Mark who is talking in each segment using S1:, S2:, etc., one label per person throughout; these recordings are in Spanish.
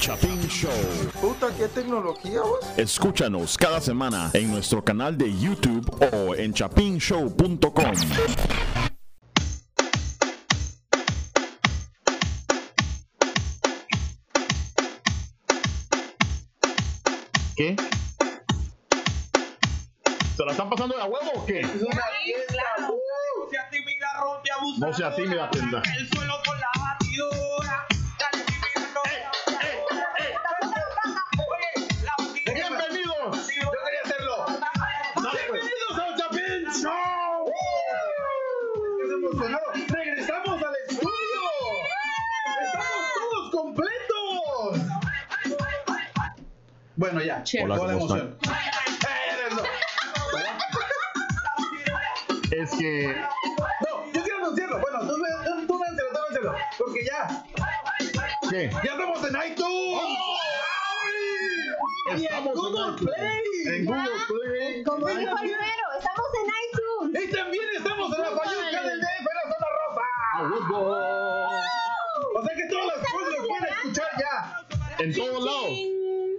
S1: Chapin Show.
S2: Puta, qué tecnología, vos.
S1: Escúchanos cada semana en nuestro canal de YouTube o en chapinshow.com.
S3: ¿Qué? ¿Se la están pasando de a huevo o qué?
S4: claro.
S2: No sea tímida, rompe abusadora.
S3: No sea tímida, tienda.
S2: Saca El suelo con la batidora. Dale, tímida, no sea
S3: Eh,
S2: abusadora. Oye, la batidora.
S3: ¡Bienvenidos!
S2: Yo quería hacerlo.
S3: ¡Bienvenidos al Chapin Show! ¡Regresamos al estudio! ¡Estamos todos completos! Bueno, ya.
S4: Chévere.
S3: Hola,
S1: ¿cómo
S3: emoción. Es que.
S5: No, yo quiero anunciarlo. Bueno, tú, tú, tú láncelo, tú láncelo. Porque ya,
S3: ¿Qué?
S5: ya estamos en iTunes. Y en
S3: Estamos en
S5: Google
S3: iTunes.
S5: Play.
S3: En Google Play.
S4: Como dijo Olivero, estamos en iTunes.
S5: Y también estamos en la Fayuca del DF, en la zona rosa.
S3: A huevo.
S5: O sea que todas las cosas lo pueden escuchar ya.
S3: En todos lados.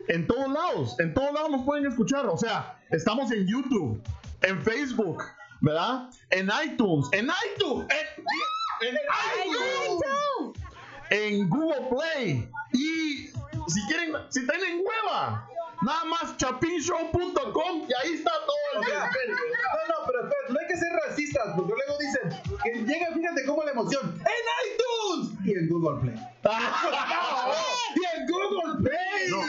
S3: En todos lados. En todos lados nos pueden escuchar. O sea, estamos en YouTube, en Facebook, ¿verdad? En iTunes, en iTunes, en, ¡Ah! en iTunes,
S4: iTunes.
S3: en Google Play. Y si quieren, si tienen hueva, nada más chapinshow.com y ahí está todo el
S5: Espera, No, no, pero espérate, no hay que ser racistas, porque luego dicen que llega, fíjate cómo la emoción, en iTunes y en Google Play. Y en Google Play.
S3: No,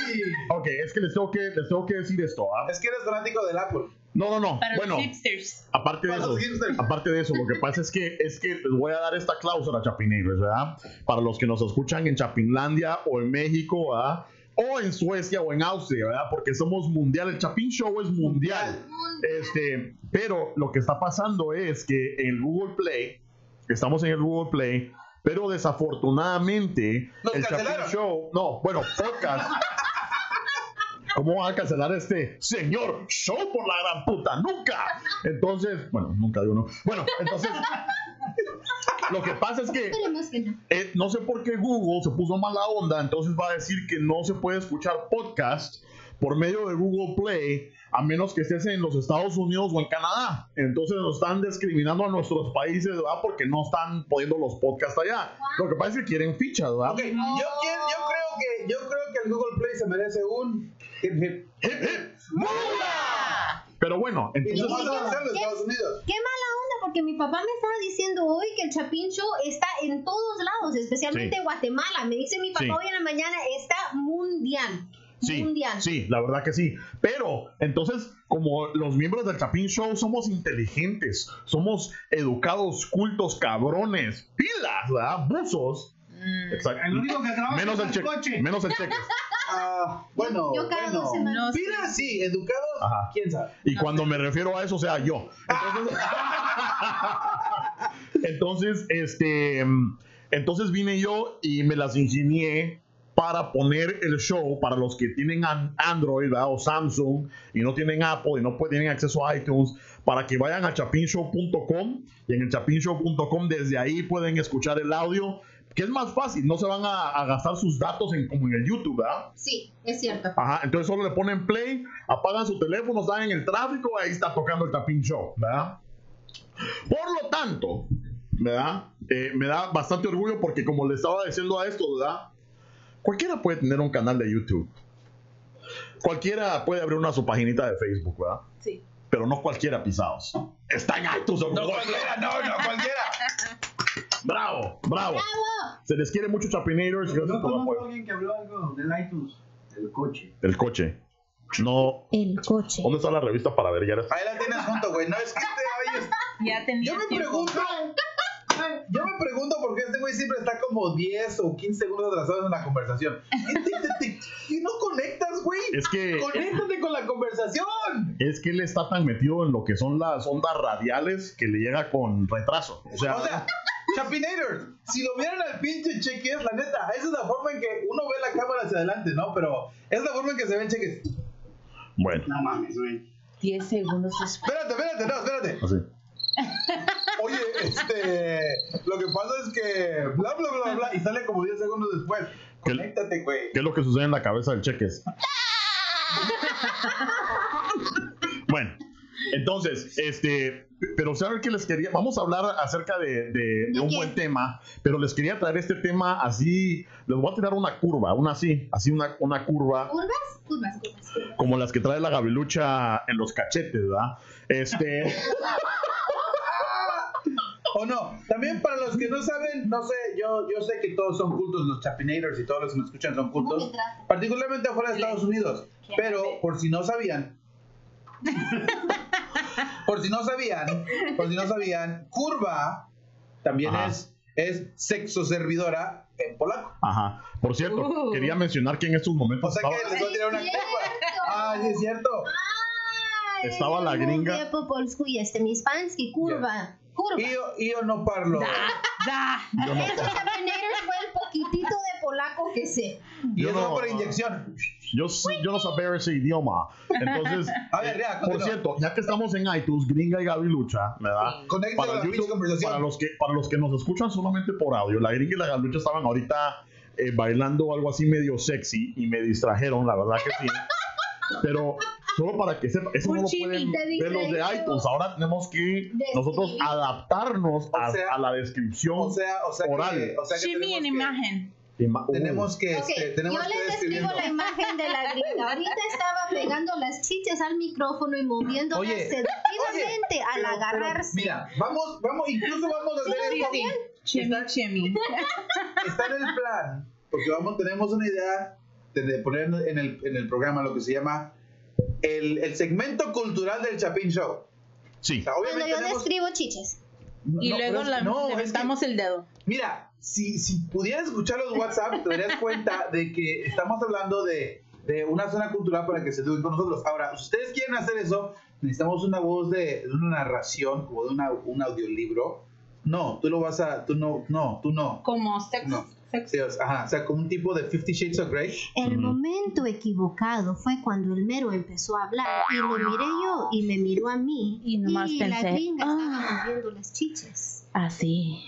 S3: Ok, es que les tengo que, les tengo que decir esto. ¿ah?
S5: Es que eres fanático del Apple.
S3: No, no, no.
S4: Para
S3: bueno,
S4: los hipsters.
S3: Aparte de,
S5: Para
S3: eso,
S5: los hipsters.
S3: aparte de eso, lo que pasa es que, es que les voy a dar esta cláusula, Chapineiros, ¿verdad? Para los que nos escuchan en Chapinlandia o en México, ¿verdad? O en Suecia o en Austria, ¿verdad? Porque somos mundial, el Chapin Show es mundial. Este, pero lo que está pasando es que el Google Play, estamos en el Google Play, pero desafortunadamente
S5: Nos
S3: el Chapin
S5: cancelaron.
S3: Show, no, bueno, podcast. ¿Cómo va a cancelar a este señor show por la gran puta? ¡Nunca! Entonces, bueno, nunca digo no. Bueno, entonces, lo que pasa es que
S4: Esperemos que no.
S3: eh, no sé por qué Google se puso mala onda, entonces va a decir que no se puede escuchar podcast por medio de Google Play a menos que estés en los Estados Unidos o en Canadá. Entonces nos están discriminando a nuestros países, ¿verdad? Porque no están poniendo los podcasts allá. Lo que pasa es que quieren fichas, ¿verdad?
S5: Ok, yo, quiero- yo creo que yo creo que el Google Play se merece un hip hip.
S3: Hip, hip. ¡Mula! Pero bueno,
S5: Y
S3: entonces...
S5: no vamos a hacer en Estados Unidos.
S4: Qué mala onda, porque mi papá me estaba diciendo hoy que el Chapin Show está en todos lados, especialmente
S3: Sí.
S4: en Guatemala. Me dice mi papá
S3: Sí.
S4: hoy en la mañana, está mundial.
S3: Sí,
S4: mundial.
S3: sí, la verdad que sí. Pero entonces, como los miembros del Chapin Show somos inteligentes, somos educados, cultos, cabrones, pilas, ¿verdad? Buzos. Exacto. Menos el cheque. Menos el cheque.
S5: Ah, bueno,
S4: Yo cada
S5: bueno.
S4: dos semanas.
S5: Mira, sí, educados,
S3: Ajá.
S5: quién sabe.
S3: Y cuando me refiero a eso, o sea, yo. Entonces, Entonces, este, mm, entonces vine yo y me las ingenié para poner el show para los que tienen an- Android ¿verdad? o Samsung y no tienen Apple y no pueden, tienen acceso a iTunes, para que vayan a chapinshow.com y en el chapinshow.com desde ahí pueden escuchar el audio, que es más fácil, no se van a, a gastar sus datos en, como en el YouTube, ¿verdad?
S4: Sí, es cierto.
S3: Ajá, entonces solo le ponen play, apagan su teléfono, están en el tráfico, ahí está tocando el tapín show, ¿verdad? Por lo tanto, ¿verdad? Eh, me da bastante orgullo porque como le estaba diciendo a esto, ¿verdad? Cualquiera puede tener un canal de YouTube. Cualquiera puede abrir una su paginita de Facebook, ¿verdad?
S4: Sí.
S3: Pero no cualquiera pisados. Está en iTunes.
S5: No
S3: orgulloso.
S5: cualquiera, no, no cualquiera.
S3: Bravo, bravo. Se les quiere mucho, Chapinators. Gracias por el apoyo.
S5: alguien que habló algo del iTunes, del coche.
S3: El coche. No.
S4: El coche.
S3: ¿Dónde está la revista para ver? Ya eres-
S5: Ahí la tienes junto, güey. No es que este hoy es-
S6: Ya tenía
S5: Yo me
S6: tiempo.
S5: pregunto. Yo me pregunto por qué este güey siempre está como 10 o 15 segundos atrasado en la conversación. ¿Qué te- te- te- ¿Qué no conectas, güey?
S3: Es que.
S5: Conéctate con la conversación.
S3: es que él está tan metido en lo que son las ondas radiales que le llega con retraso. O sea,
S5: O sea, Chapinators, si lo vieran al pinche cheque, la neta, esa es la forma en que uno ve la cámara hacia adelante, ¿no? Pero es la forma en que se ven cheques.
S3: bueno,
S5: No mames, güey.
S6: 10 segundos después.
S5: Espérate, espérate, no, espérate.
S3: así.
S5: Oye, Este, lo que pasa es que bla bla bla bla y sale como 10 segundos después.
S3: ¿Qué-
S5: Conéctate, güey.
S3: ¿Qué es lo que sucede en la cabeza del cheques? bueno, entonces, este, pero saben que les quería, vamos a hablar acerca de, de- de un
S4: ¿De qué?
S3: buen tema, pero les quería traer este tema así, les voy a tirar una curva, una así, así una, una curva
S4: Curvas, curvas, curvas, curvas.
S3: como las que trae la gabelucha en los cachetes, ¿verdad? Este,
S5: O no, también para los que no saben, no sé, yo, yo sé que todos son cultos, los chapinators y todos los que nos escuchan son cultos, particularmente afuera de Estados Unidos. Pero por si no sabían, por si no sabían, por si no sabían, curva también
S3: Ajá.
S5: es, es sexo servidora en polaco.
S3: ajá, por cierto,
S6: Uh.
S3: quería mencionar que en estos
S5: O
S3: momentos
S5: sea
S3: estaba-
S5: que les voy a tirar una
S4: Sí, es cierto.
S5: curva. Ah, sí, es cierto.
S4: Ay,
S3: Estaba la gringa.
S4: mówię po polsku, jestem hiszpański, kurwa, kurwa.
S5: Io, io no parlo.
S6: Da.
S3: yo no,
S4: Esos Terminators fue el poquitito de polaco que sé.
S5: Y
S3: Yo
S5: eso
S3: no-
S5: va por inyección.
S3: yo, sí- yo no sabía ese idioma, entonces... eh,
S5: A ver, ya,
S3: Por
S5: continúa.
S3: cierto, ya que estamos en iTunes, Gringa y Gabilucha, ¿verdad?
S5: Conéctate a
S3: Para
S5: la pinche
S3: YouTube,
S5: conversación.
S3: para los, que, para los que nos escuchan solamente por audio, la Gringa y la Gabilucha estaban ahorita eh, bailando algo así medio sexy y me distrajeron, la verdad que sí. Pero solo para que sepa, eso
S6: Un
S3: no lo
S6: chibi,
S3: pueden
S4: te
S3: ver los de
S4: distraigo.
S3: iTunes. Ahora tenemos que nosotros
S4: Describir.
S3: adaptarnos a,
S5: O sea,
S3: a la descripción.
S5: O sea, o sea
S3: Oral.
S5: que, o sea que
S6: Jimmy
S5: tenemos
S6: en
S5: que-
S6: imagen.
S3: Ima- uh,
S5: Tenemos que,
S4: Ok,
S5: este,
S4: yo
S5: tenemos que
S4: les describo
S5: describirlo.
S4: la imagen de la gringa. Ahorita estaba pegando las chiches al micrófono y moviéndolas
S5: Oye,
S4: seductivamente
S5: oye,
S4: al
S5: pero- pero
S4: agarrarse.
S5: mira, vamos, vamos, incluso vamos a hacer
S6: Sí,
S5: esto.
S6: sí. Chemi, chemi.
S5: Está en el plan, porque vamos, tenemos una idea de, de poner en el, en el programa lo que se llama el, el segmento cultural del Chapín Show. O
S3: Sí.
S5: sea,
S4: Cuando
S5: obviamente
S4: yo
S5: tenemos-
S4: describo chiches.
S6: Y
S5: No,
S6: luego
S5: pero es-
S6: la-
S5: no, es que-
S6: levantamos el dedo.
S5: Mira, si, si pudieras escuchar los WhatsApp, te darías cuenta de que estamos hablando de, de una zona cultural para que se eduquen con nosotros. Ahora, si ustedes quieren hacer eso, necesitamos una voz de, de una narración o de una, un audiolibro. No, tú lo vas a. Tú no, no, tú no.
S6: Como sex.
S5: No.
S6: sex-
S5: Sí, o sea, ajá, o sea, como un tipo de Fifty Shades of Grey.
S4: El momento equivocado fue cuando el mero empezó a hablar y lo miré yo y me miró a mí
S6: Y nomás
S4: la
S6: pensé,
S4: gringa
S6: "Ah".
S4: estaba moviendo las chiches.
S6: Así.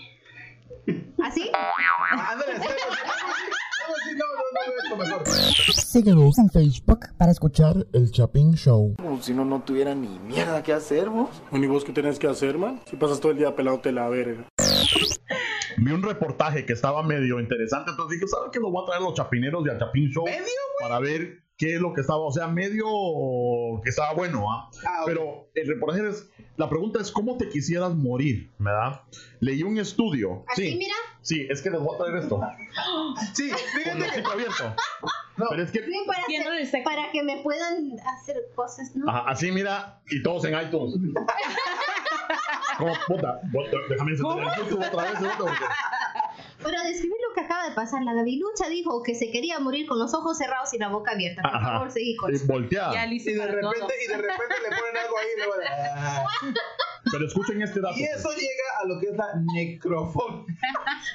S4: ¿Así?
S5: Ah, ándale, sí, sí, sí, sí, no, no, no, esto mejor.
S7: Síguenos en Facebook para escuchar El Chapín
S3: Oh.
S7: Show.
S8: Si no, no tuviera ni mierda que hacer, vos.
S9: Bueno, ¿y vos qué tenés que hacer, man? Si pasas todo el día pelándote la verga.
S3: Vi un reportaje que estaba medio interesante, entonces dije, ¿sabes qué? Lo voy a traer a los chapineros y al Chapín Show.
S5: ¿Medio, güey?
S3: para ver qué es lo que estaba, o sea, medio que estaba bueno, ¿ah?
S5: Ah, ok.
S3: Pero el reportaje es, la pregunta es, ¿cómo te quisieras morir? ¿Verdad? Leí un estudio.
S4: ¿Así,
S3: sí,
S4: mira?
S3: sí, es que les voy a traer esto.
S5: Sí,
S3: Con el
S5: fíjate
S3: hocico abierto. Pero es que,
S4: Sí, para,
S6: Haciendo el
S4: que,
S6: sexo.
S4: para que me puedan hacer cosas, ¿no?
S3: ajá, así mira, y todos en iTunes. Como, puta, bota, déjame encender el YouTube otra vez, ¿no? Porque-
S4: Para describir lo que acaba de pasar, la Gavilucha dijo que se quería morir con los ojos cerrados y la boca abierta. Por
S3: Ajá.
S4: favor, seguí con
S3: Y
S4: eso.
S6: Ya
S3: volteada.
S5: que.
S6: listo
S5: Ah. Y de
S6: para todo.
S5: repente, y de repente le ponen algo ahí y luego. de- ah.
S3: Pero escuchen este dato.
S5: Y eso llega a lo que es la necrofobia.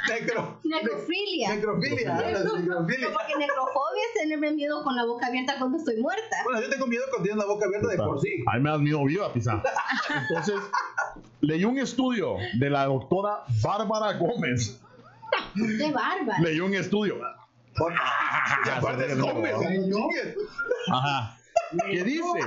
S5: Necro,
S4: Necrofilia.
S5: necrofilia. ah, la necrofilia.
S4: Porque necrofobia es tenerme miedo con la boca abierta cuando estoy muerta.
S5: Bueno, yo tengo miedo cuando tienes la boca abierta de por sí.
S3: Ahí me das miedo viva, pizza. Entonces, leí un estudio de la doctora Bárbara Gómez.
S4: Qué bárbaro.
S3: Leí un estudio.
S5: Por-
S3: Ah,
S5: Y aparte
S3: sí,
S5: es
S3: no.
S5: hombre, ¿no?
S3: Ajá. Que dice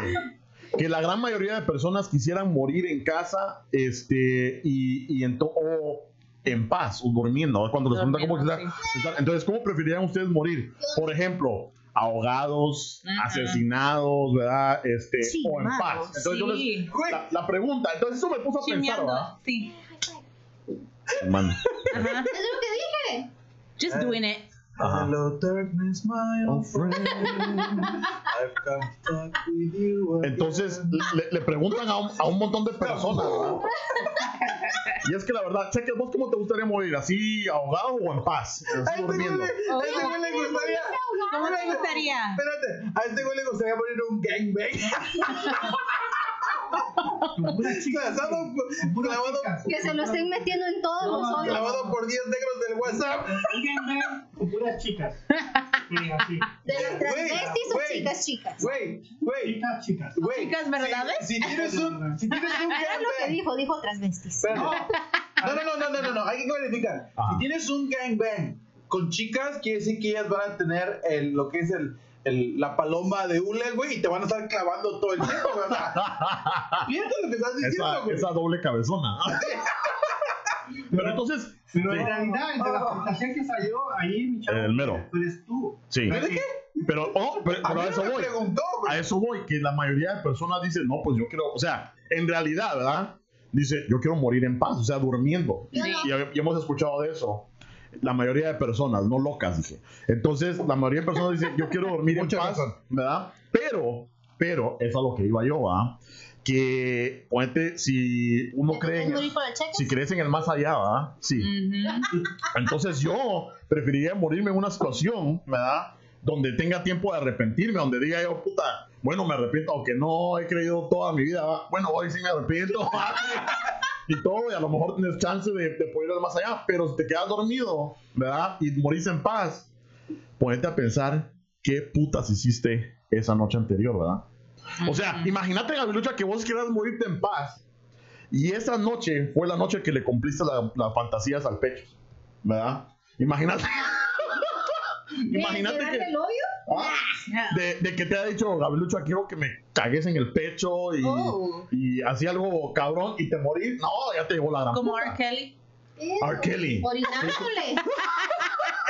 S3: que la gran mayoría de personas quisieran morir en casa este, y, y en to- o en paz, o durmiendo. Cuando les preguntan cómo
S6: Durmiendo,
S3: quisieran- Entonces, ¿cómo preferirían ustedes morir? Por ejemplo, ahogados,
S6: Ajá.
S3: asesinados, ¿verdad? Este, o en
S4: Chimados,
S3: paz. Entonces, yo
S6: sí.
S3: les-
S5: Güey,
S3: la, la pregunta, entonces eso me puso a pensar, ¿verdad?
S5: ¿ah?
S6: Chimeando. Sí.
S3: Hermano.
S6: Ajá.
S4: Es lo que dije.
S6: Just
S5: Eh.
S6: doing it.
S3: Ajá.
S5: Hello, darkness, my old friend. I've come stuck with you. again.
S3: Entonces le, le preguntan a un, a un montón de personas. ¿verdad? Y es que la verdad, cheque, ¿vos cómo te gustaría morir? ¿Así ahogado o en paz? Así
S5: Ay, este
S3: durmiendo.
S5: güey, a este güey le gustaría.
S6: ¿Cómo te gustaría?
S5: Espérate, a este güey le gustaría poner un gangbang. Clavado, clavado,
S4: Que se lo estén metiendo en todos los hoyos.
S5: clavado por 10 negros del WhatsApp.
S9: Puras chicas.
S4: De las transvestis
S5: Güey,
S4: o chicas, chicas.
S5: Güey, güey,
S9: chicas.
S5: güey.
S6: Chicas, ¿verdad,
S5: Si, si tienes un. Si tienes un
S4: Era lo que
S5: gangbang.
S4: dijo, dijo transvestis.
S5: Espérate. No, no, no, no, no, no, no, hay que clarificar.
S3: Ah.
S5: Si tienes un gangbang con chicas, quiere decir que ellas van a tener el, lo que es el, el- la paloma de hule, güey, y te van a estar clavando todo el tiempo, güey. O sea, Piensa lo que estás diciendo,
S3: esa,
S5: güey.
S3: esa doble cabezona. Pero entonces,
S10: Pero
S3: Sí.
S10: en realidad, entre
S5: Ah.
S10: la fantasía que salió ahí, mi chavo,
S3: El mero.
S10: eres tú.
S3: sí.
S5: ¿Pero de qué?
S3: Pero, oh, pero,
S5: A
S3: pero
S5: mí
S3: a
S5: no
S3: eso
S5: me
S3: voy.
S5: preguntó,
S3: A
S5: güey.
S3: eso voy, que la mayoría de personas dicen, no, pues yo quiero, o sea, en realidad, ¿verdad? Dice, yo quiero morir en paz, o sea, durmiendo.
S4: Yo no.
S3: Y, y hemos escuchado de eso. La mayoría de personas, no locas, dije. Entonces, la mayoría de personas dicen, yo quiero dormir en
S5: Mucha
S3: paz,
S5: razón.
S3: ¿verdad? Pero, pero, es a lo que iba yo, ¿verdad? Que, ponete, si uno
S4: ¿Te
S3: cree,
S4: quieres
S3: en-
S4: morir por el cheque?
S3: si crees en el más allá, ¿verdad? Sí.
S6: Mm. Ujú.
S3: Entonces yo preferiría morirme en una situación, ¿verdad? Donde tenga tiempo de arrepentirme, donde diga yo, puta, bueno, me arrepiento, aunque no he creído toda mi vida, ¿va? bueno, hoy sí me arrepiento. y todo, y a lo mejor tienes chance de, de poder ir más allá, pero si te quedas dormido, ¿verdad? Y morís en paz, ponete a pensar qué putas hiciste esa noche anterior, ¿verdad? O sea, imagínate, Gabrilucha, que vos quieras morirte en paz. Y esa noche fue la noche que le cumpliste la- las fantasías al pecho. ¿verdad? Imagínate. Imagínate
S4: ¿Llenar el
S3: que,
S4: hoyo?
S3: ah, de, de que te ha dicho Gabelucho, quiero oh, que me cagues en el pecho y,
S4: Oh.
S3: y así algo cabrón y te morís. No, ya te llevó la gran
S6: Como
S3: puta.
S6: R. Kelly.
S4: Eso.
S3: R. Kelly.
S4: Orinándole.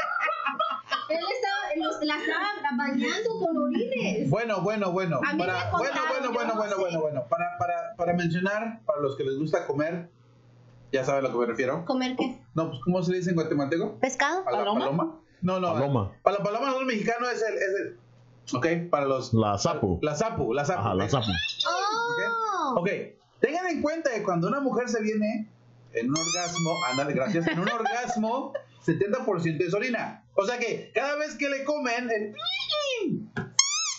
S4: Él estaba, los, la estaba bañando con orines.
S5: Bueno, bueno, bueno.
S4: A mí me
S5: Para, bueno,
S4: contaron,
S5: bueno,
S4: yo
S5: bueno,
S4: no
S5: bueno,
S4: sé.
S5: bueno, bueno. Para, para, para mencionar, para los que les gusta comer, ya saben a lo que me refiero.
S4: ¿Comer qué?
S5: No, pues, ¿cómo se le dice en guatemalteco?
S4: ¿Pescado?
S5: ¿A la
S6: ¿Paloma?
S5: paloma? No, no.
S3: Paloma.
S5: Para la paloma, nosotros mexicanos es el, es el. Ok, para los.
S3: La sapo.
S5: La sapu, la sapu.
S3: Ajá, la
S5: ok.
S3: sapo.
S4: ¡Oh!
S5: Ok, tengan en cuenta que cuando una mujer se viene en un orgasmo, ándale, gracias, en un orgasmo, 70% es orina. O sea que cada vez que le comen, el-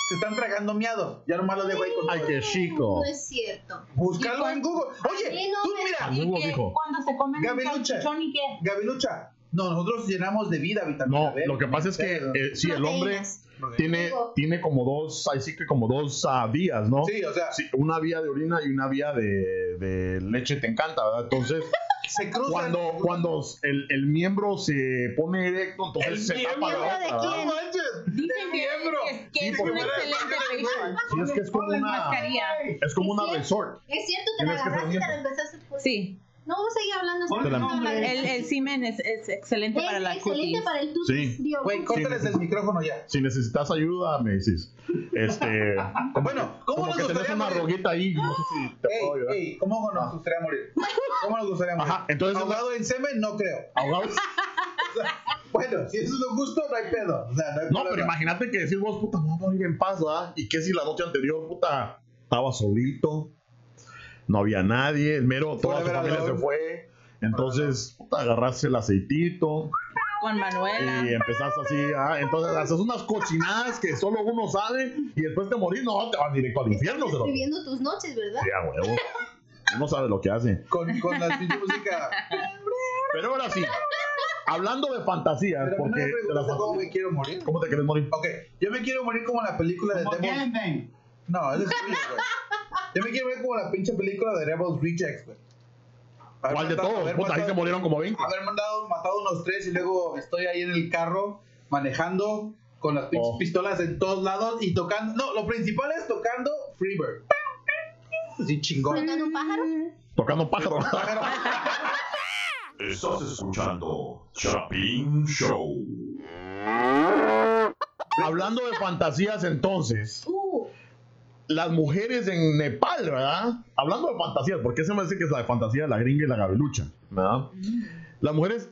S5: se están tragando miados. Ya nomás lo dejo ahí con
S3: Ay, qué chico.
S4: No es cierto.
S5: Buscarlo en Google.
S4: Ay,
S5: Oye,
S4: no
S5: tú
S4: me-
S5: mira,
S3: Al
S6: ¿Y
S3: huevo
S6: qué?
S3: dijo.
S6: Cuando se comen un
S5: Gabilucha.
S6: salchichón y qué.
S5: Gabilucha, no, nosotros llenamos de vida vitamina
S3: No,
S5: B.
S3: lo que pasa es que eh, sí, el hombre
S4: Proteínas.
S3: tiene, tiene como dos, ahí sí que como dos ah, vías, ¿no?
S5: Sí, o sea,
S3: Sí, una vía de orina y una vía de, de leche te encanta, ¿verdad? Entonces,
S5: se cruzan.
S3: cuando, cuando el, el miembro se pone erecto, entonces
S5: ¿El
S3: se Ah. tapa
S4: miembro
S3: la otra,
S4: de
S3: ¿verdad?
S4: quién?
S5: No manches,
S6: Dicen
S5: el
S6: que
S5: miembro.
S6: es, que
S3: Sí,
S6: es
S3: porque
S6: un
S3: era de
S6: excelente facial.
S3: Sí, es que es como
S5: Ah.
S6: Con
S3: una,
S6: mascarilla.
S3: es como una resort.
S4: Es cierto, te la
S3: Tienes que ser
S4: agarraste y te la
S3: siempre.
S4: empezaste a poner.
S6: Sí,
S4: No vamos a ir hablando hasta
S3: Ponte la-
S4: la
S6: el, el semen es, es excelente para la
S4: excelente
S6: cutis.
S4: para el tubo.
S3: Sí.
S5: Güey, córtales el micrófono ya.
S3: Si necesitas ayuda, me dices. Este, como-
S5: Bueno, ¿cómo
S3: como
S5: nos
S3: que tenés
S5: gustaría
S3: una
S5: morir?
S3: roguita ahí, no sé si te puedo ayudar.
S5: Ey, ey, ¿cómo nos gustaría morir? ¿Cómo nos gustaría morir?
S3: Ah. Ajá, entonces-
S5: Ahogado en semen, no creo.
S3: Ahogados.
S5: Bueno, si eso es un gusto, no hay pedo. O sea, no hay
S3: No, pero
S5: problema.
S3: imagínate que decís vos, puta, vamos a ir en paz, ¿verdad? ¿Y qué si la noche anterior, puta, estaba solito? No había nadie, el mero, toda su
S5: Forever
S3: familia se
S5: alone.
S3: fue. Entonces, puta, agarraste el aceitito
S6: Con
S3: y
S6: Manuela.
S3: empezaste así, ¿ah? Entonces, haces unas cochinadas que solo uno sabe y después te morís, no, te vas directo al infierno,
S4: Estás
S3: pero. Sí,
S4: viviendo tus noches, ¿verdad?
S3: a huevo. Uno sabe lo que hace.
S5: Con, con la pinche música.
S3: Pero ahora sí, hablando de fantasías,
S5: Pero a mí no
S3: porque
S5: me
S3: de las
S5: preguntas
S3: fan-
S5: cómo me quiero morir.
S3: ¿cómo te querés morir?
S5: Ok, yo me quiero morir como la película de
S10: Como
S5: Devil's...
S10: Gangbang.
S5: No, eso es tuyo, güey. Yo me quiero morir como la pinche película de Devil's Rejects, güey. Haber
S3: ¿Cuál de
S5: matado-
S3: todos?
S5: haber
S3: Puta, ahí
S5: matado-
S3: se murieron como 20.
S5: Haber mandado, matado unos tres y luego estoy ahí en el carro manejando con las pinches
S3: Oh.
S5: pistolas en todos lados y tocando... No, lo principal es tocando Freebird. Sí, chingón.
S4: ¿Flotando un pájaro?
S3: Tocando pájaro.
S1: Estás escuchando Chapin Show.
S3: Hablando de fantasías entonces,
S4: Uh,
S3: las mujeres en Nepal, ¿verdad? Hablando de fantasías, porque se me dice que es la de fantasía de la gringa y la gabelucha, ¿verdad? Las mujeres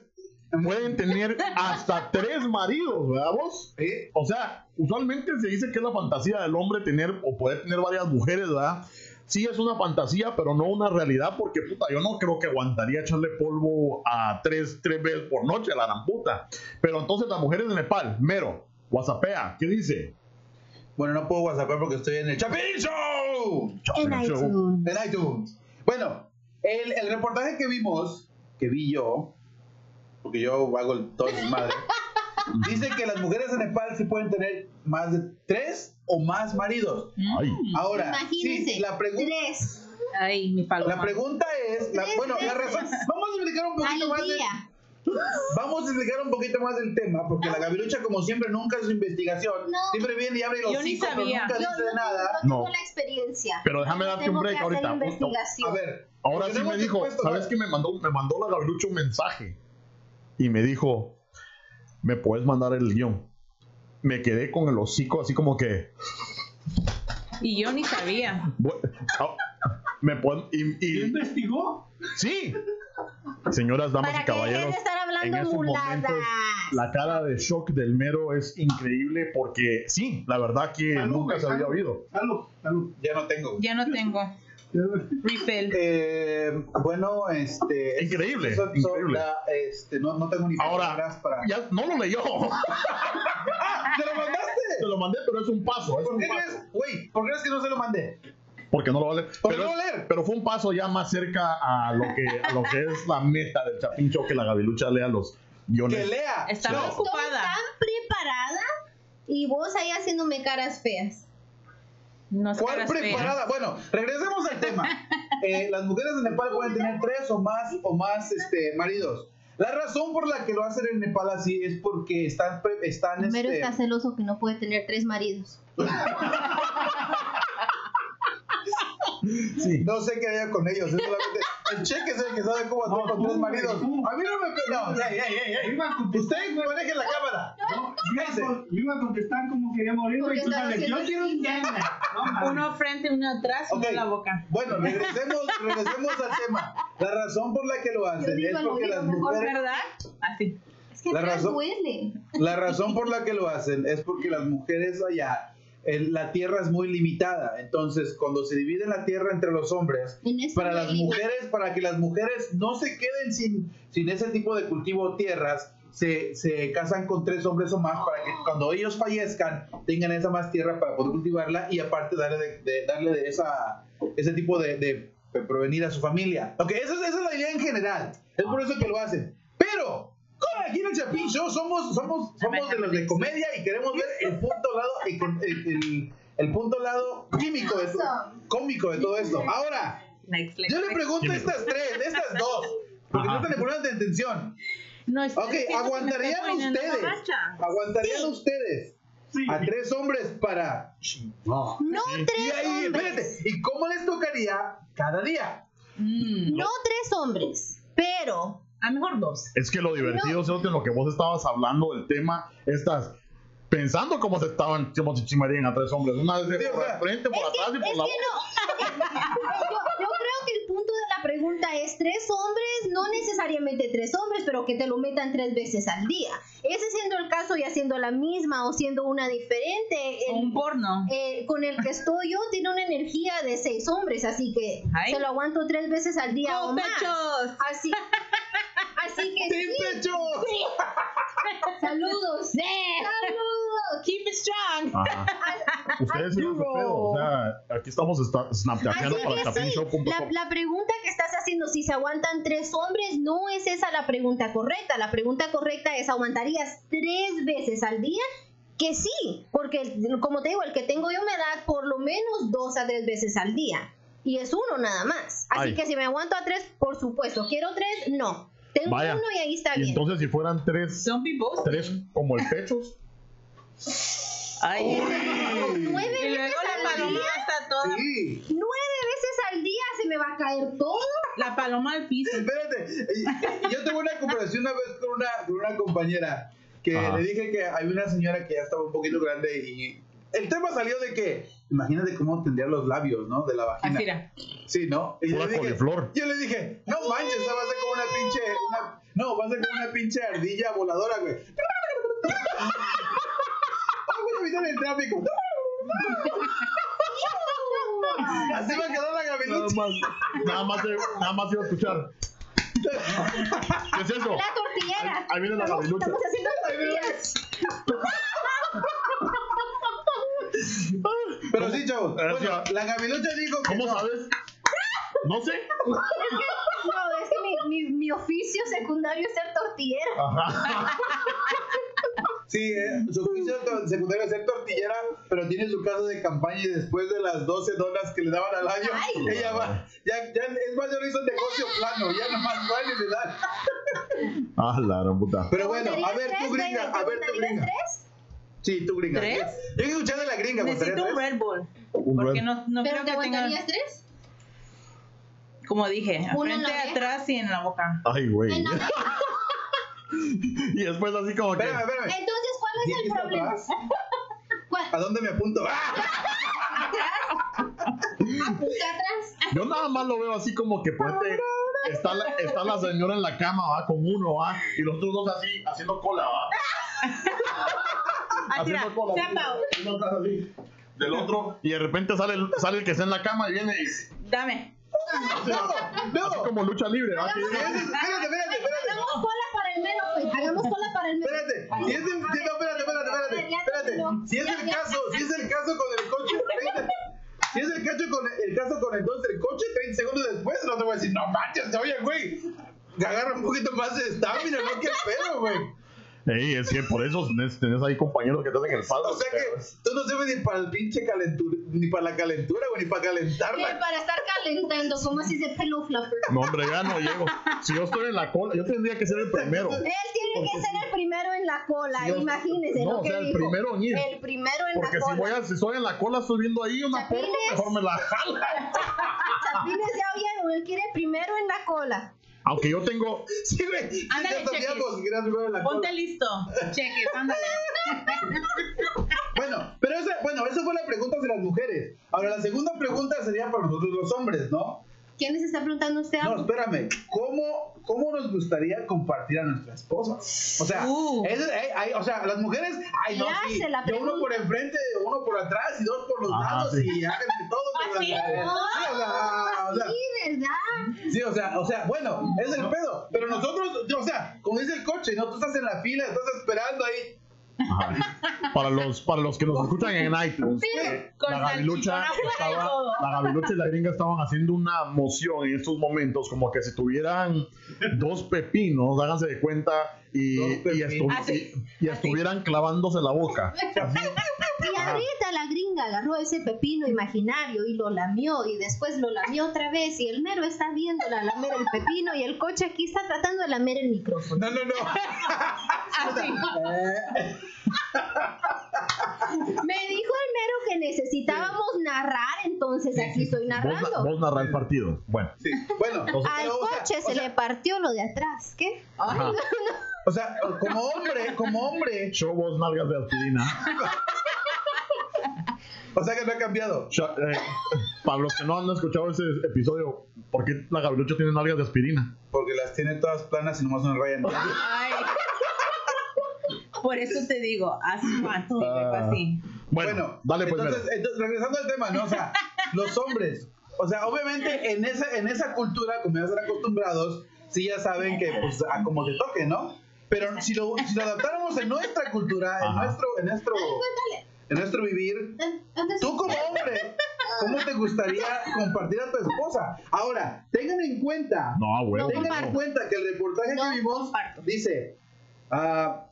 S3: pueden tener hasta tres maridos, ¿verdad vos?
S5: ¿Eh?
S3: O sea, usualmente se dice que es la fantasía del hombre tener o poder tener varias mujeres, ¿verdad? Sí es una fantasía, pero no una realidad, porque puta, yo no creo que aguantaría echarle polvo a tres, tres veces por noche a la gran puta. Pero entonces las mujeres de Nepal, mero, WhatsAppea, ¿qué dice?
S5: Bueno, no puedo WhatsApp porque estoy en el Chapin Show.
S4: en
S3: Chau.
S4: iTunes.
S5: En iTunes. Bueno, el, el reportaje que vimos, que vi yo, porque yo hago el- todo el madre, dice que las mujeres en Nepal sí pueden tener más de tres o más maridos.
S3: Ay.
S5: Ahora,
S4: Mm, Imagínense.
S5: sí, la pregunta.
S4: Tres.
S6: Ay, mi paloma.
S5: La pregunta es, la-
S4: Tres
S5: bueno, la
S4: veces.
S5: razón, vamos a explicar un
S4: Al
S5: poquito más de-
S4: día.
S5: vamos a explicar un poquito más del tema, porque la Gavilucha como siempre nunca hace su investigación,
S4: Ah. No.
S5: siempre viene y abre los
S6: Yo ni
S5: hocico, pero
S6: sabía.
S5: nunca
S4: Yo
S5: dice
S4: no,
S5: nada.
S4: no tengo
S3: No.
S4: la experiencia.
S3: Pero déjame darte
S4: Tengo
S3: un break
S4: que
S3: ahorita.
S4: Hacer
S3: justo.
S4: investigación.
S5: A ver,
S3: Ahora sí
S5: tenemos
S3: me dijo,
S5: expuesto,
S3: ¿sabes
S5: ¿no?
S3: qué me mandó? Me mandó la Gabrilucha un mensaje y me dijo, ¿me puedes mandar el guión? Me quedé con el hocico así como que,
S6: Y yo ni sabía.
S3: "Bu- ah, me pueden, y, y-
S10: ¿Investigó?
S3: sí, señoras, damas
S4: ¿Para
S3: y
S4: qué dejen
S3: caballeros,
S4: de estar
S3: en
S4: hablando
S3: estos
S4: muladas?
S3: momentos la cara de shock del mero es increíble porque sí, la verdad que
S5: Ah,
S10: Salud,
S3: nunca se
S10: salud.
S3: había oído.
S10: Salud, salud.
S5: Ya no tengo.
S6: Ya no tengo. Refill.
S5: Eh, bueno, este...
S3: Increíble,
S5: son- son
S3: increíble.
S5: la- este, no, no tengo ni palabras
S3: Ahora,
S5: para...
S3: ya no lo leyó.
S5: ¡Ah! ¡Te lo
S3: Te
S5: mandaste!
S3: lo mandé, pero es un paso. Es
S5: ¿Por
S3: un
S5: qué
S3: paso.
S5: crees? Güey, ¿por qué crees que no se lo mandé?
S3: porque no lo va a leer.
S5: ¿Por qué
S3: Pero,
S5: no lo va a leer?
S3: pero fue un paso ya más cerca a lo que, a lo que es la meta del Chapín Show, que la Gavilucha lea los
S5: ¡Que
S3: guiones.
S5: lea!
S6: Estaba
S3: No.
S4: Estoy
S6: ocupada.
S4: tan preparada y vos ahí haciéndome caras feas.
S6: No sé
S5: ¿Cuál
S6: caras feas.
S5: preparada? Bueno, regresemos al tema. Eh, las mujeres de Nepal pueden tener tres o más o más este, maridos. La razón por la que lo hacen en Nepal así es porque están, pre- están
S4: Primero
S5: este,
S4: está celoso que no puede tener tres maridos.
S3: Sí.
S5: no sé qué haya con ellos. Es solamente, el cheque es el que sabe cómo hacer con tres maridos. A mí no me no, ey, ey, ey, ey.
S10: Iba a contestar,
S5: Ustedes manejen la cámara.
S10: no, iba a con- iba a contestar como quería morir,
S4: Porque
S10: y tú
S4: estaba
S10: sabes,
S4: haciendo
S10: yo quiero
S4: así.
S10: un tema. No, mames.
S6: Uno frente, uno atrás, uno
S5: Ok.
S6: en la boca.
S5: Bueno, regresemos, regresemos al tema. La razón por la que lo hacen
S4: digo
S5: es
S4: lo
S5: porque
S4: mismo,
S5: las
S4: mejor
S6: ¿Por
S5: mujeres
S6: verdad? Así.
S4: Es que
S5: La
S4: atrás
S5: razón-
S4: duele.
S5: La razón por la que lo hacen es porque las mujeres allá, en la tierra es muy limitada. Entonces, cuando se divide la tierra entre los hombres,
S4: En este
S5: para las
S4: nivel,
S5: mujeres, para que las mujeres no se queden sin, sin ese tipo de cultivo o tierras, se, se casan con tres hombres o más para que cuando ellos fallezcan tengan esa más tierra para poder cultivarla y aparte darle de, de- darle de esa, ese tipo de, de provenir a su familia. Ok, esa es, esa es la idea en general. Es por eso que lo hacen. Pero, como aquí en el Chapín Show somos, somos, somos de los de comedia y queremos ver el punto lado, el, el- el- el punto lado químico, de, todo- cómico de todo esto. Ahora,
S6: Next, next,
S5: yo le
S6: next.
S5: pregunto a estas tres, de estas dos, porque no
S3: Ajá.
S5: están le poniendo atención.
S6: No, estoy
S5: Ok,
S6: diciendo que me
S5: ¿aguantarían
S6: estoy poniendo
S5: ustedes?
S6: borracha.
S5: ¿Aguantarían ustedes
S10: Sí.
S5: a tres hombres para... No.
S4: No
S5: Y
S4: tres
S5: ahí, espérate,
S4: hombres.
S5: ¿y cómo les tocaría cada día?
S6: Mm,
S4: No tres hombres. Pero
S6: a mejor dos.
S3: Es que lo divertido, Cerote, en lo que vos estabas hablando del tema, estás pensando cómo se estaban como se chimarían a tres hombres. Una vez
S5: Sí, o
S3: por
S5: sea,
S3: el frente, por
S4: es que,
S3: atrás y
S4: es
S3: por la
S4: que no. yo, yo creo que el punto de la pregunta es tres hombres, no necesariamente tres hombres, pero que te lo metan tres veces al día. Ese siendo el caso y haciendo la misma o siendo una diferente. el-
S6: Un porno.
S4: eh, con el que estoy yo tiene una energía de seis hombres, así que
S6: Ay.
S4: se lo aguanto tres veces al día o
S6: ¡Con
S4: eh, más.
S6: pechos!
S4: Así, así que
S5: ¡Sin
S4: sí,
S5: pecho!
S4: saludos. Saludos.
S6: Keep it strong.
S3: Ajá. Ustedes se su pedo. O sea, aquí estamos esta- snapchateando para el
S4: Así
S3: Chapín
S4: que sí,
S3: Show punto
S4: la,
S3: com.
S4: la pregunta que estás haciendo, si se aguantan tres hombres, no es esa la pregunta correcta. La pregunta correcta es, ¿aguantarías tres veces al día? Que sí, porque el- como te digo, el que tengo yo me da por lo menos dos a tres veces al día. Y es uno nada más. Así
S3: Ay.
S4: que si me aguanto a tres, por supuesto. ¿Quiero tres? No. Tengo
S3: Vaya.
S4: uno y ahí está
S3: Y
S4: bien.
S3: entonces, si fueran tres,
S6: Don't be boasting.
S3: tres como el pechos,
S6: Ay.
S4: Nueve
S6: Y
S4: veces
S6: luego la
S4: al
S6: paloma
S4: día.
S6: hasta toda.
S5: Sí.
S4: Nueve veces al día se me va a caer todo.
S6: La paloma al piso.
S5: Espérate, eh, yo tuve una comparación una vez con una, con una compañera que
S3: Ajá.
S5: le dije que hay una señora que ya estaba un poquito grande y el tema salió de que, imagínate cómo tendrían los labios, ¿no? De la vagina.
S6: Así era.
S5: Sí, ¿no? Y yo
S3: Pura
S5: le, dije,
S3: coliflor.
S5: yo le dije, no manches, esa va a ser como una pinche. una- no, va a ser como una pinche ardilla voladora, güey. Ah, voy a evitar el tráfico. Así va a quedar la
S3: nada
S5: gavilucha.
S3: más, nada más, eh, nada más iba a escuchar. ¿Qué es eso?
S4: La tortillera.
S3: Ahí viene la gavilucha.
S4: Estamos haciendo tortillas.
S5: Pero sí, chavos.
S3: Gracias.
S5: Bueno, la gavilucha dijo que.
S3: ¿Cómo
S5: no.
S3: sabes? No sé.
S4: Es que, no, es
S5: Ah,
S4: que mi, mi, mi oficio secundario es ser tortillera.
S3: Ajá.
S5: Sí, eh, su oficio to- secundario es ser tortillera, pero tiene su casa de campaña y después de las 12 dólares que le daban al año,
S4: Ay.
S5: ella va, ya, ya, es más, ya no hizo un negocio plano, ya nomás va y le da.
S3: Ah, la gran puta.
S5: Pero bueno, a
S4: ¿Preguntarías
S5: ver
S4: tres,
S5: tú gringa,
S4: David?
S5: a ver tú
S4: ¿Preguntarías
S5: gringa.
S4: tres?
S5: Sí, tú gringa.
S6: ¿Tres?
S5: Yo he escuchado de la gringa,
S6: Necesito un
S5: ¿tres?
S6: Red Bull.
S3: Un
S6: Porque
S3: red-
S6: no, no
S4: ¿Pero
S6: creo
S4: te
S6: que tenga,
S4: aguantarías tres?
S6: como dije,
S4: Uno en la oreja.
S6: frente, atrás y en la boca.
S3: Ay, güey.
S4: En la-
S3: Y después así como que...
S5: Espérame, espérame.
S4: Entonces, ¿cuál es el
S5: Dijiste
S4: problema?
S5: atrás. ¿A dónde me apunto? ¡Ah!
S4: Apunta atrás.
S3: Yo nada más lo veo así como que ponte... Está la, está la señora en la cama, va, con uno, va, y los otros dos así, haciendo cola, va.
S6: Ah, tira,
S3: haciendo cola.
S6: zapa.
S3: Y los otros así, Del otro, y de repente sale el, sale el que está en la cama y viene y...
S6: Dame.
S5: ¡No!
S3: Así como lucha libre, va.
S5: Si es- Espérate, espérate, espérate.
S4: Hagamos cola para el mero, pues. Hagamos cola para el mero.
S5: Espérate, si es el,
S4: A ver,
S5: no, espérate, espérate, espérate,
S4: ya, ya,
S5: espérate.
S4: no.
S5: Si es
S4: Ya,
S5: el
S4: ya.
S5: caso, si es el caso con el coche, 30, si es el caso con el, el caso con el dos del coche, 30 segundos después, no te voy a decir, no manches, oye, güey, agarra un poquito más de estamina, no qué pedo, güey.
S3: Ey, es que por eso tenés, tenés ahí compañeros que te hacen el palo.
S5: O sea que tú no sirves ni para el pinche calentura, ni para la calentura, güey, ni para
S4: Que
S5: calentarla.
S4: para estar calentando, ¿cómo así de pelo fluffer?
S3: No, hombre, ya no llego. Si yo estoy en la cola, yo tendría que ser el primero.
S4: Él tiene que ser el primero en la cola,
S3: Sí, o-
S4: imagínense.
S3: no,
S4: lo
S3: o
S4: que
S3: sea, el
S4: dijo.
S3: primero en ir.
S4: El primero en
S3: Porque
S4: la
S3: si
S4: cola.
S3: voy a, si estoy en la cola, estoy viendo ahí una porra,
S4: ¿Chapines?
S3: mejor me la jala.
S4: Chapines ya oyeron, él quiere primero en la cola.
S3: Aunque yo tengo,
S5: Sí, güey, sí,
S6: Ándale,
S5: ya sabíamos
S6: cheques.
S5: que eras primero en la cola.
S6: Ponte listo. Cheques, ándale.
S5: Bueno, pero esa, bueno, esa fue la pregunta de las mujeres. Ahora, la segunda pregunta sería para nosotros los hombres, ¿no?
S4: ¿Quién les está preguntando a usted
S5: No,
S4: algo?
S5: espérame. ¿Cómo, cómo nos gustaría compartir a nuestra esposa? O sea,
S6: Uh.
S5: eso- eh, ay, o sea, las mujeres, ay, no, sí,
S4: Lance la
S5: yo uno por enfrente, uno por atrás y dos por los
S3: Ajá,
S5: lados
S3: sí.
S5: y háganme todo. ¿verdad?
S6: Así,
S5: Sí, o sea, Ah, o sea,
S4: Ah, Sí, ¿verdad?
S5: Sí, o sea, o sea, bueno, es el pedo. Pero nosotros, o sea, como dice el coche, ¿no? Tú estás en la fila, estás esperando ahí.
S3: para los, para los que nos escuchan en iTunes, eh,
S6: con
S3: la Gavilucha,
S6: salchichón a
S3: estaba-
S6: huevo.
S3: la Gavilucha y la gringa estaban haciendo una moción en estos momentos, como que si tuvieran dos pepinos, háganse de cuenta, y,
S5: Dos
S3: y estu-
S5: pepinos.
S6: Así,
S3: y- y
S6: así.
S3: estuvieran clavándose la boca.
S4: Y ahorita la gringa agarró ese pepino imaginario y lo lamió y después lo lamió otra vez y el mero está viéndola lamer el pepino y el coche aquí está tratando de lamer el micrófono.
S5: No, no, no.
S6: así.
S4: Me dijo el mero que necesitábamos narrar, entonces aquí estoy
S3: Vos, na-
S4: narrando.
S3: vos narra el partido. Bueno.
S5: Sí, bueno,
S4: Al
S5: pero, o sea,
S4: coche
S5: o
S4: se
S5: sea,
S4: le partió lo de atrás, ¿qué?
S3: Ajá.
S5: O sea, como hombre, como hombre,
S3: Show vos nalgas de aspirina.
S5: o sea que no ha cambiado.
S3: Sha- eh, para los que no han escuchado ese episodio, ¿por qué la Gabrilucha tiene nalgas de aspirina?
S5: Porque las tiene todas planas y nomás una raya en medio.
S6: Ay. Por eso te digo, haz
S5: Ah.
S6: fancy, algo así.
S3: Bueno, dale pues.
S5: entonces,
S3: Mero.
S5: entonces, regresando al tema, ¿no? O sea, los hombres, o sea, obviamente en esa, en esa cultura, como ya están acostumbrados, sí ya saben que, pues, a como te toque, ¿no? Pero si lo, si lo adaptáramos en nuestra cultura, en
S3: Ajá.
S5: nuestro, en nuestro,
S4: Cuéntale.
S5: en nuestro vivir,
S4: Entonces,
S5: Tú como hombre, ¿cómo te gustaría compartir a tu esposa? Ahora, tengan en cuenta,
S3: No, ah, bueno.
S4: No,
S5: tengan en
S4: comparto.
S5: cuenta que el reportaje
S4: No,
S5: que vimos
S6: comparto.
S5: dice, ah,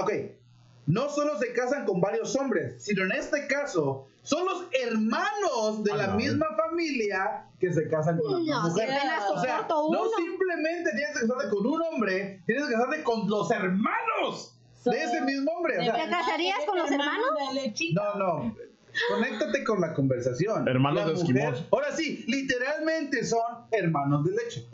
S5: ok, no solo se casan con varios hombres, sino en este caso son los hermanos de
S3: Ah,
S5: la
S3: no.
S5: misma familia que se casan con la misma
S4: No, si
S5: mujer.
S4: apenas
S5: O sea,
S4: soporto uno.
S5: no simplemente tienes que casarte con un hombre, tienes que casarte con los hermanos
S6: So,
S5: de ese mismo hombre. O sea,
S4: ¿Te casarías con los hermanos?
S6: Dale, chica.
S5: no, no. Conéctate con la conversación.
S3: Hermanos
S5: La
S3: de esquimós.
S5: mujer- Ahora sí, literalmente son hermanos de leche.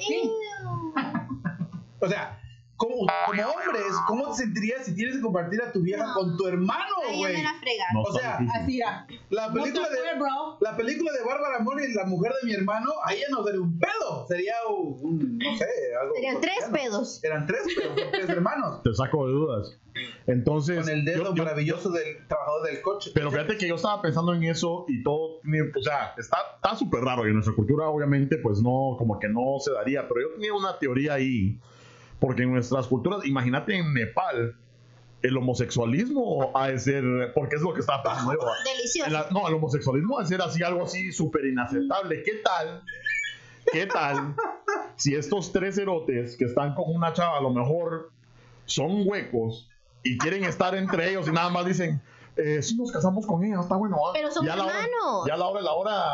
S5: O sea, como, como hombres, ¿cómo te sentirías si tienes que compartir a tu vieja con tu hermano,
S4: Ay, ya
S5: güey?
S4: me la fregaron.
S3: No,
S5: O
S3: está
S5: sea,
S3: difícil.
S6: Así era.
S5: La
S6: Ah, No
S5: película
S6: te acuerdas,
S5: de
S6: bro.
S5: la película de Bárbara Mori, la mujer de mi hermano, a ella no sería un pedo, sería un, no sé, algo.
S4: Serían tres
S5: cotidiano.
S4: pedos.
S5: Eran tres pedos, son tres hermanos.
S3: Te saco de dudas. Entonces.
S5: Con el dedo
S3: yo- yo-
S5: maravilloso del trabajador del coche.
S3: Pero fíjate que yo estaba pensando en eso y todo, tiene- o sea, está está súper raro y en nuestra cultura obviamente pues no, como que no se daría, pero yo tenía una teoría ahí, porque en nuestras culturas, imagínate en Nepal, el homosexualismo ha de ser, porque es lo que está pasando. yo,
S4: Delicioso.
S3: el- no, el homosexualismo ha de ser así algo así súper inaceptable. ¿Qué tal? ¿Qué tal si estos tres erotes que están con una chava a lo mejor son huecos y quieren estar entre ellos y nada más dicen, eh, si nos casamos con ella, está bueno. ah".
S4: Pero somos
S3: a la hora-
S4: hermanos.
S3: ya a la hora de la hora,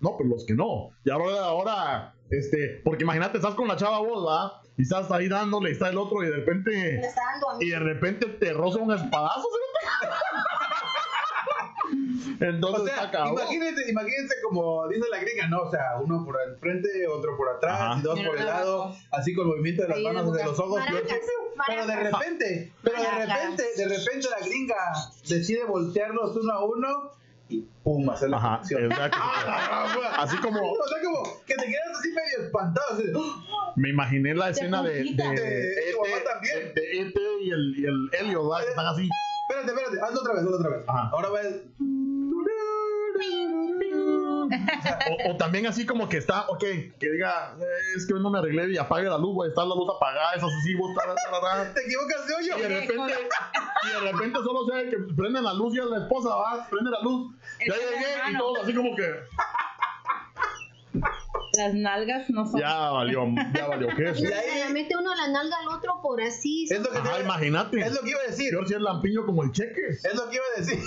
S3: no, pero los que no, ya a la hora de la hora, este, porque imagínate, estás con la chava vos, ¿va? Y estás ahí dándole, y está el otro, y de repente,
S4: Me está dando a mí.
S3: y de repente te roza un espadazo, ¿sí? Entonces,
S5: O sea,
S3: está cabrón.
S5: imagínense, imagínense como dice la gringa, ¿no? O sea, uno por el frente, otro por atrás,
S3: Ajá.
S5: y dos
S6: Y
S5: por el
S6: luego-
S5: lado, así con movimiento de las
S6: Sí,
S5: manos,
S6: luego-
S5: de los ojos. y
S4: Maracas,
S5: otro. pero de
S4: maracas.
S5: repente, pero de
S6: Maracas.
S5: repente, de repente la gringa decide voltearlos uno a uno y pum, hacer la Ah,
S3: Ajá,
S5: acción.
S3: exacto. Así como
S5: O sea, como que te quedas así medio espantado. así de, ¡oh!
S3: me imaginé la escena de, de, E
S6: conquistan.
S5: Eh, tu mamá también.
S3: de- de E.T. y el, y el Helio, ¿verdad? Que están así.
S5: Espérate, espérate, hazlo otra vez, hazlo otra vez.
S3: Ajá.
S5: Ahora ves.
S3: O, o también así como que está, ok, que diga, "Eh, es que hoy no me arreglé y apague la luz, güey, está la luz apagada, es así, vos, tarara, tarara.
S5: Te equivocas de hoyo.
S3: Y de repente, y de repente solo sea que prende la luz y a la esposa va, prende la luz. Ya
S6: Es el
S3: llegué y
S6: hermano.
S3: todo así como que,
S6: Las nalgas no son.
S3: ya valió, ya valió, ¿qué es?
S4: Y
S5: ahí-
S4: le mete uno la nalga al otro por así.
S5: Es lo que, te
S3: Ajá,
S5: iba-
S3: imagínate.
S5: es lo que iba a decir.
S3: George es lampiño como el cheque.
S5: Es lo que iba a decir.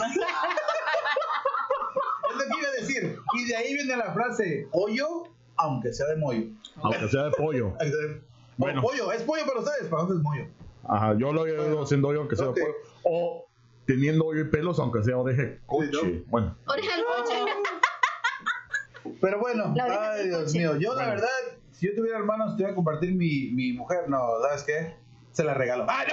S5: es lo que iba a decir. Y de ahí viene la frase, hoyo, aunque sea de mollo.
S3: Aunque sea de pollo. Bueno.
S5: Bueno. pollo, es pollo para ustedes, para nosotros es mollo.
S3: Ajá, yo lo veo haciendo hoyo aunque sea de
S5: Ok.
S3: pollo. O teniendo hoyo y pelos aunque sea oreje coche.
S5: Sí,
S3: Bueno.
S4: Oreja al coche.
S5: Pero bueno,
S4: La oreja
S5: ay
S4: del
S5: Dios
S4: coche.
S5: mío, yo la verdad, si yo tuviera hermanos, te iba a compartir mi, mi mujer, no, ¿sabes qué? Se la regalo. ¡Ah,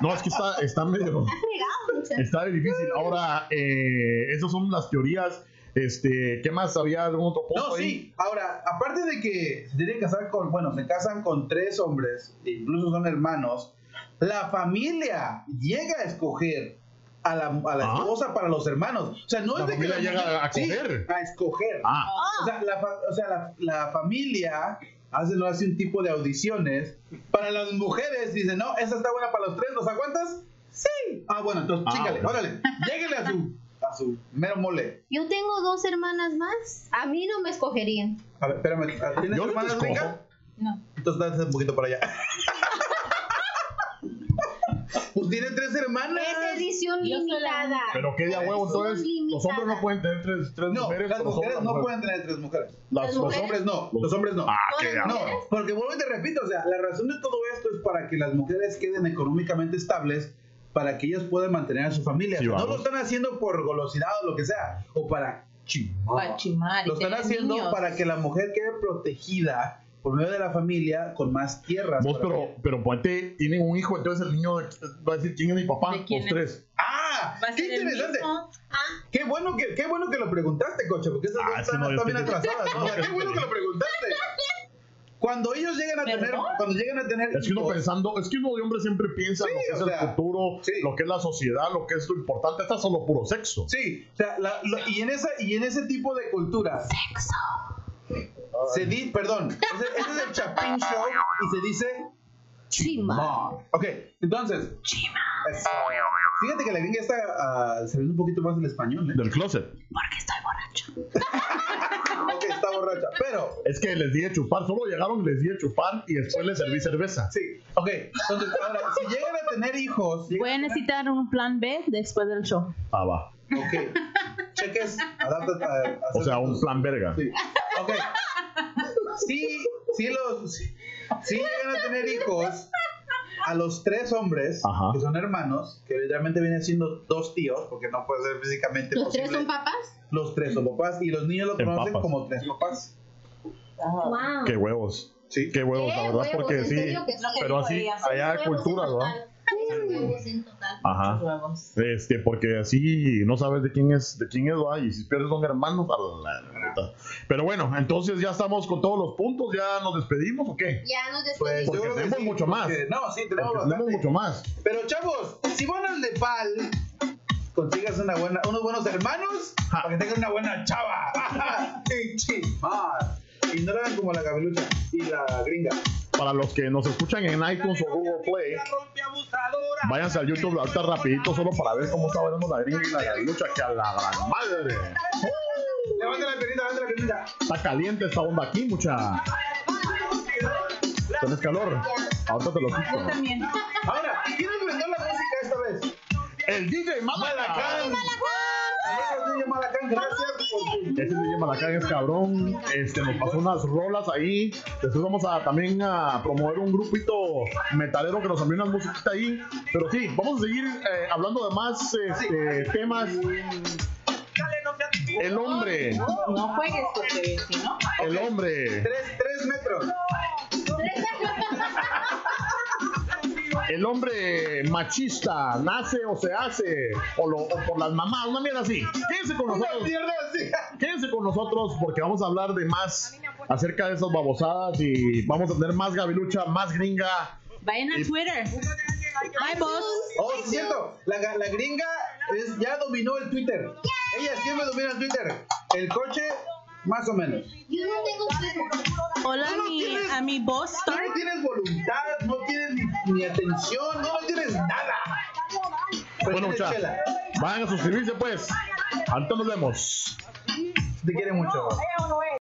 S5: no!
S3: No, es que está, está medio.
S4: Está fregado, muchacho.
S3: Está difícil. Ahora, eh, esas son las teorías. Este, ¿qué más había algún otro punto
S5: No,
S3: ahí?
S5: sí. Ahora, aparte de que se tienen que casar con, bueno, se casan con tres hombres, e incluso son hermanos, la familia llega a escoger a la, a la
S3: Ah.
S5: esposa para los hermanos. O sea, no
S3: La
S5: es de que
S3: familia llega
S5: mujer-
S3: a coger.
S5: Sí, a escoger.
S3: Ah,
S5: O sea, la, fa- o sea, la- la familia hace, no hace un tipo de audiciones. Para las mujeres dicen, no, esa está buena para los tres, ¿nos aguantas? Sí. Ah, bueno, entonces
S3: Ah,
S5: chíngale,
S3: bueno.
S5: órale, lléguenle a su, a su mero mole.
S4: Yo tengo dos hermanas más. A mí no me escogerían.
S5: A ver, espérame, ¿tienes
S3: Yo no te
S5: hermanas,
S3: escojo.
S5: gringa?
S6: No.
S5: Entonces date un poquito para allá. pues tiene tres hermanas.
S4: Es edición
S6: Yo soy la
S4: limitada.
S3: pero qué de a huevo,
S4: Son
S3: entonces. Los hombres no
S4: limitadas.
S3: pueden tener tres, tres
S5: No,
S3: mujeres.
S5: las
S3: pero solo
S5: mujeres
S3: las
S5: no
S3: mujeres.
S5: pueden tener tres mujeres.
S4: ¿Las
S5: los
S4: mujeres?
S5: hombres no, los hombres no.
S3: Ah,
S4: Todas
S3: qué de a
S4: las
S5: No,
S3: huevo.
S4: mujeres.
S5: porque vuelvo y te repito, o sea, la razón de todo esto es para que las mujeres queden económicamente estables, para que ellas puedan mantener a su familia.
S3: Sí,
S5: O sea, no
S3: vamos.
S5: lo están haciendo por golosidad o lo que sea, o para chimar.
S6: Para chimar y
S5: Oh. Lo están
S6: tener
S5: haciendo
S6: niños.
S5: para que la mujer quede protegida por medio de la familia con más tierras.
S3: Vos,
S5: para
S3: pero,
S5: que-
S3: pero ponte, tienen un hijo, entonces el niño va a decir quién es mi papá.
S6: ¿De
S3: Los
S6: quién es?
S3: tres.
S5: ¡Ah!
S6: Va a
S5: ¡Qué
S6: ser el
S5: interesante!
S6: mismo.
S4: Ah,
S5: Qué bueno que, qué bueno que lo preguntaste, coche, porque esas
S3: Ah,
S5: dos
S3: sí,
S5: están,
S3: no,
S5: están
S3: es
S5: bien
S3: que-
S5: atrasadas. ¿no? O sea,
S3: no, es
S5: qué bueno
S3: que-
S5: que lo preguntaste. Cuando ellos llegan a tener,
S6: ¿Perdón?
S5: cuando llegan a tener
S3: Es que uno
S5: hijos,
S3: pensando, es que uno de hombre siempre piensa
S5: Sí,
S3: lo que
S5: o
S3: es el
S5: sea,
S3: futuro,
S5: sí.
S3: lo que es la sociedad, lo que es lo importante. Está solo puro sexo.
S5: Sí, o sea, la- la- y, en esa, y en ese tipo de cultura. Se di, perdón, ese, ese es el Chapin Show y se dice
S4: chima.
S5: Chimar. Ok, entonces. Eso. Fíjate que la gringa está ah, sabiendo un poquito más del español, ¿eh?
S3: Del closet.
S5: Ok, está borracha, pero.
S3: Es que les di a chupar, solo llegaron, les di a chupar y después les serví cerveza.
S5: Sí, ok, entonces ahora, si llegan a tener hijos. llegan
S6: Voy a necesitar un plan B después del show.
S3: Ah, va.
S5: Ok, cheques, adáptate a. a
S3: O sea,
S5: hacer
S3: un
S5: tus-
S3: plan verga.
S5: Sí. Ok. Sí, sí, los, sí, sí llegan a tener hijos a los tres hombres
S3: Ajá.
S5: que son hermanos, que literalmente vienen siendo dos tíos, porque no puede ser físicamente
S4: ¿Los
S5: posible.
S4: tres son papás?
S5: los tres son papás y los niños los
S3: En
S5: conocen
S3: papas.
S5: como tres papás.
S4: Wow.
S3: Qué huevos.
S5: Sí.
S3: Qué huevos, la
S4: Qué
S3: verdad,
S4: huevos,
S3: porque
S4: en
S3: sí.
S4: serio que sí.
S3: Pero
S6: Lo que
S3: así,
S6: digo, ella,
S3: allá hay cultura, ¿verdad?
S4: ¿verdad?
S3: Ajá.
S6: Huevos.
S3: Este, porque así no sabes de quién es, de quién es, ¿verdad? Y si pierdes un hermano, a la- la neta. Pero bueno, entonces ya estamos con todos los puntos, ¿ya nos despedimos o qué?
S4: Ya nos
S5: Pues,
S4: despedimos.
S5: yo
S3: Porque
S5: creo que
S3: tenemos
S5: sí,
S3: mucho más.
S5: porque- no, sí, tenemos
S3: Porque
S5: bastante.
S3: tenemos mucho más.
S5: Pero chavos, si van al Nepal, consigas una buena, unos buenos hermanos
S3: Ja.
S5: para que tengan una buena chava. Y chimar. Y no la hagan como la cabelucha y la gringa.
S3: Para los que nos escuchan en iTunes o Google Play, váyanse al YouTube ahorita rapidito solo para ver cómo está bailando la gringa y la lucha que a la gran madre.
S5: Levanta la piernita, levanta la piernita.
S3: Está caliente esta onda aquí, mucha. Tienes calor. Ahorita te lo quito.
S6: Yo también.
S5: Ahora, ¿Y quién inventó la música esta vez?
S3: El DJ
S5: Malacán.
S3: Malacán.
S5: Amigos de Malacán, gracias por
S3: Ese DJ Malacán es cabrón. Este, nos pasó unas rolas ahí. Después vamos a también a promover un grupito metalero que nos abrió una musiquita ahí. Pero sí, vamos a seguir eh, hablando de más este, temas. El hombre,
S6: No juegues porque si no.
S3: el hombre,
S5: tres, tres metros.
S3: el hombre machista, nace o se hace, o, lo- o por las mamás, una mierda así. Quédense con nosotros.
S5: Mierda, sí.
S3: Quédense con nosotros porque vamos a hablar de más acerca de esas babosadas y vamos a tener más gavilucha, más gringa.
S6: Vayan a Twitter. Ay, vos.
S5: Oh, sí, cierto. La, ga- la gringa es- ya dominó el Twitter. Ella siempre domina el Twitter. El coche, más o menos.
S3: Pues
S4: Yo no tengo Facebook.
S6: Hola a mi, a mi boss
S5: Tú
S6: Star.
S5: no tienes voluntad, no tienes ni, ni atención, no, no tienes nada. Pero
S3: Bueno,
S5: tienes
S3: muchachos,
S5: chela.
S3: vayan a suscribirse pues. Ahorita nos vemos.
S5: Te quiere mucho.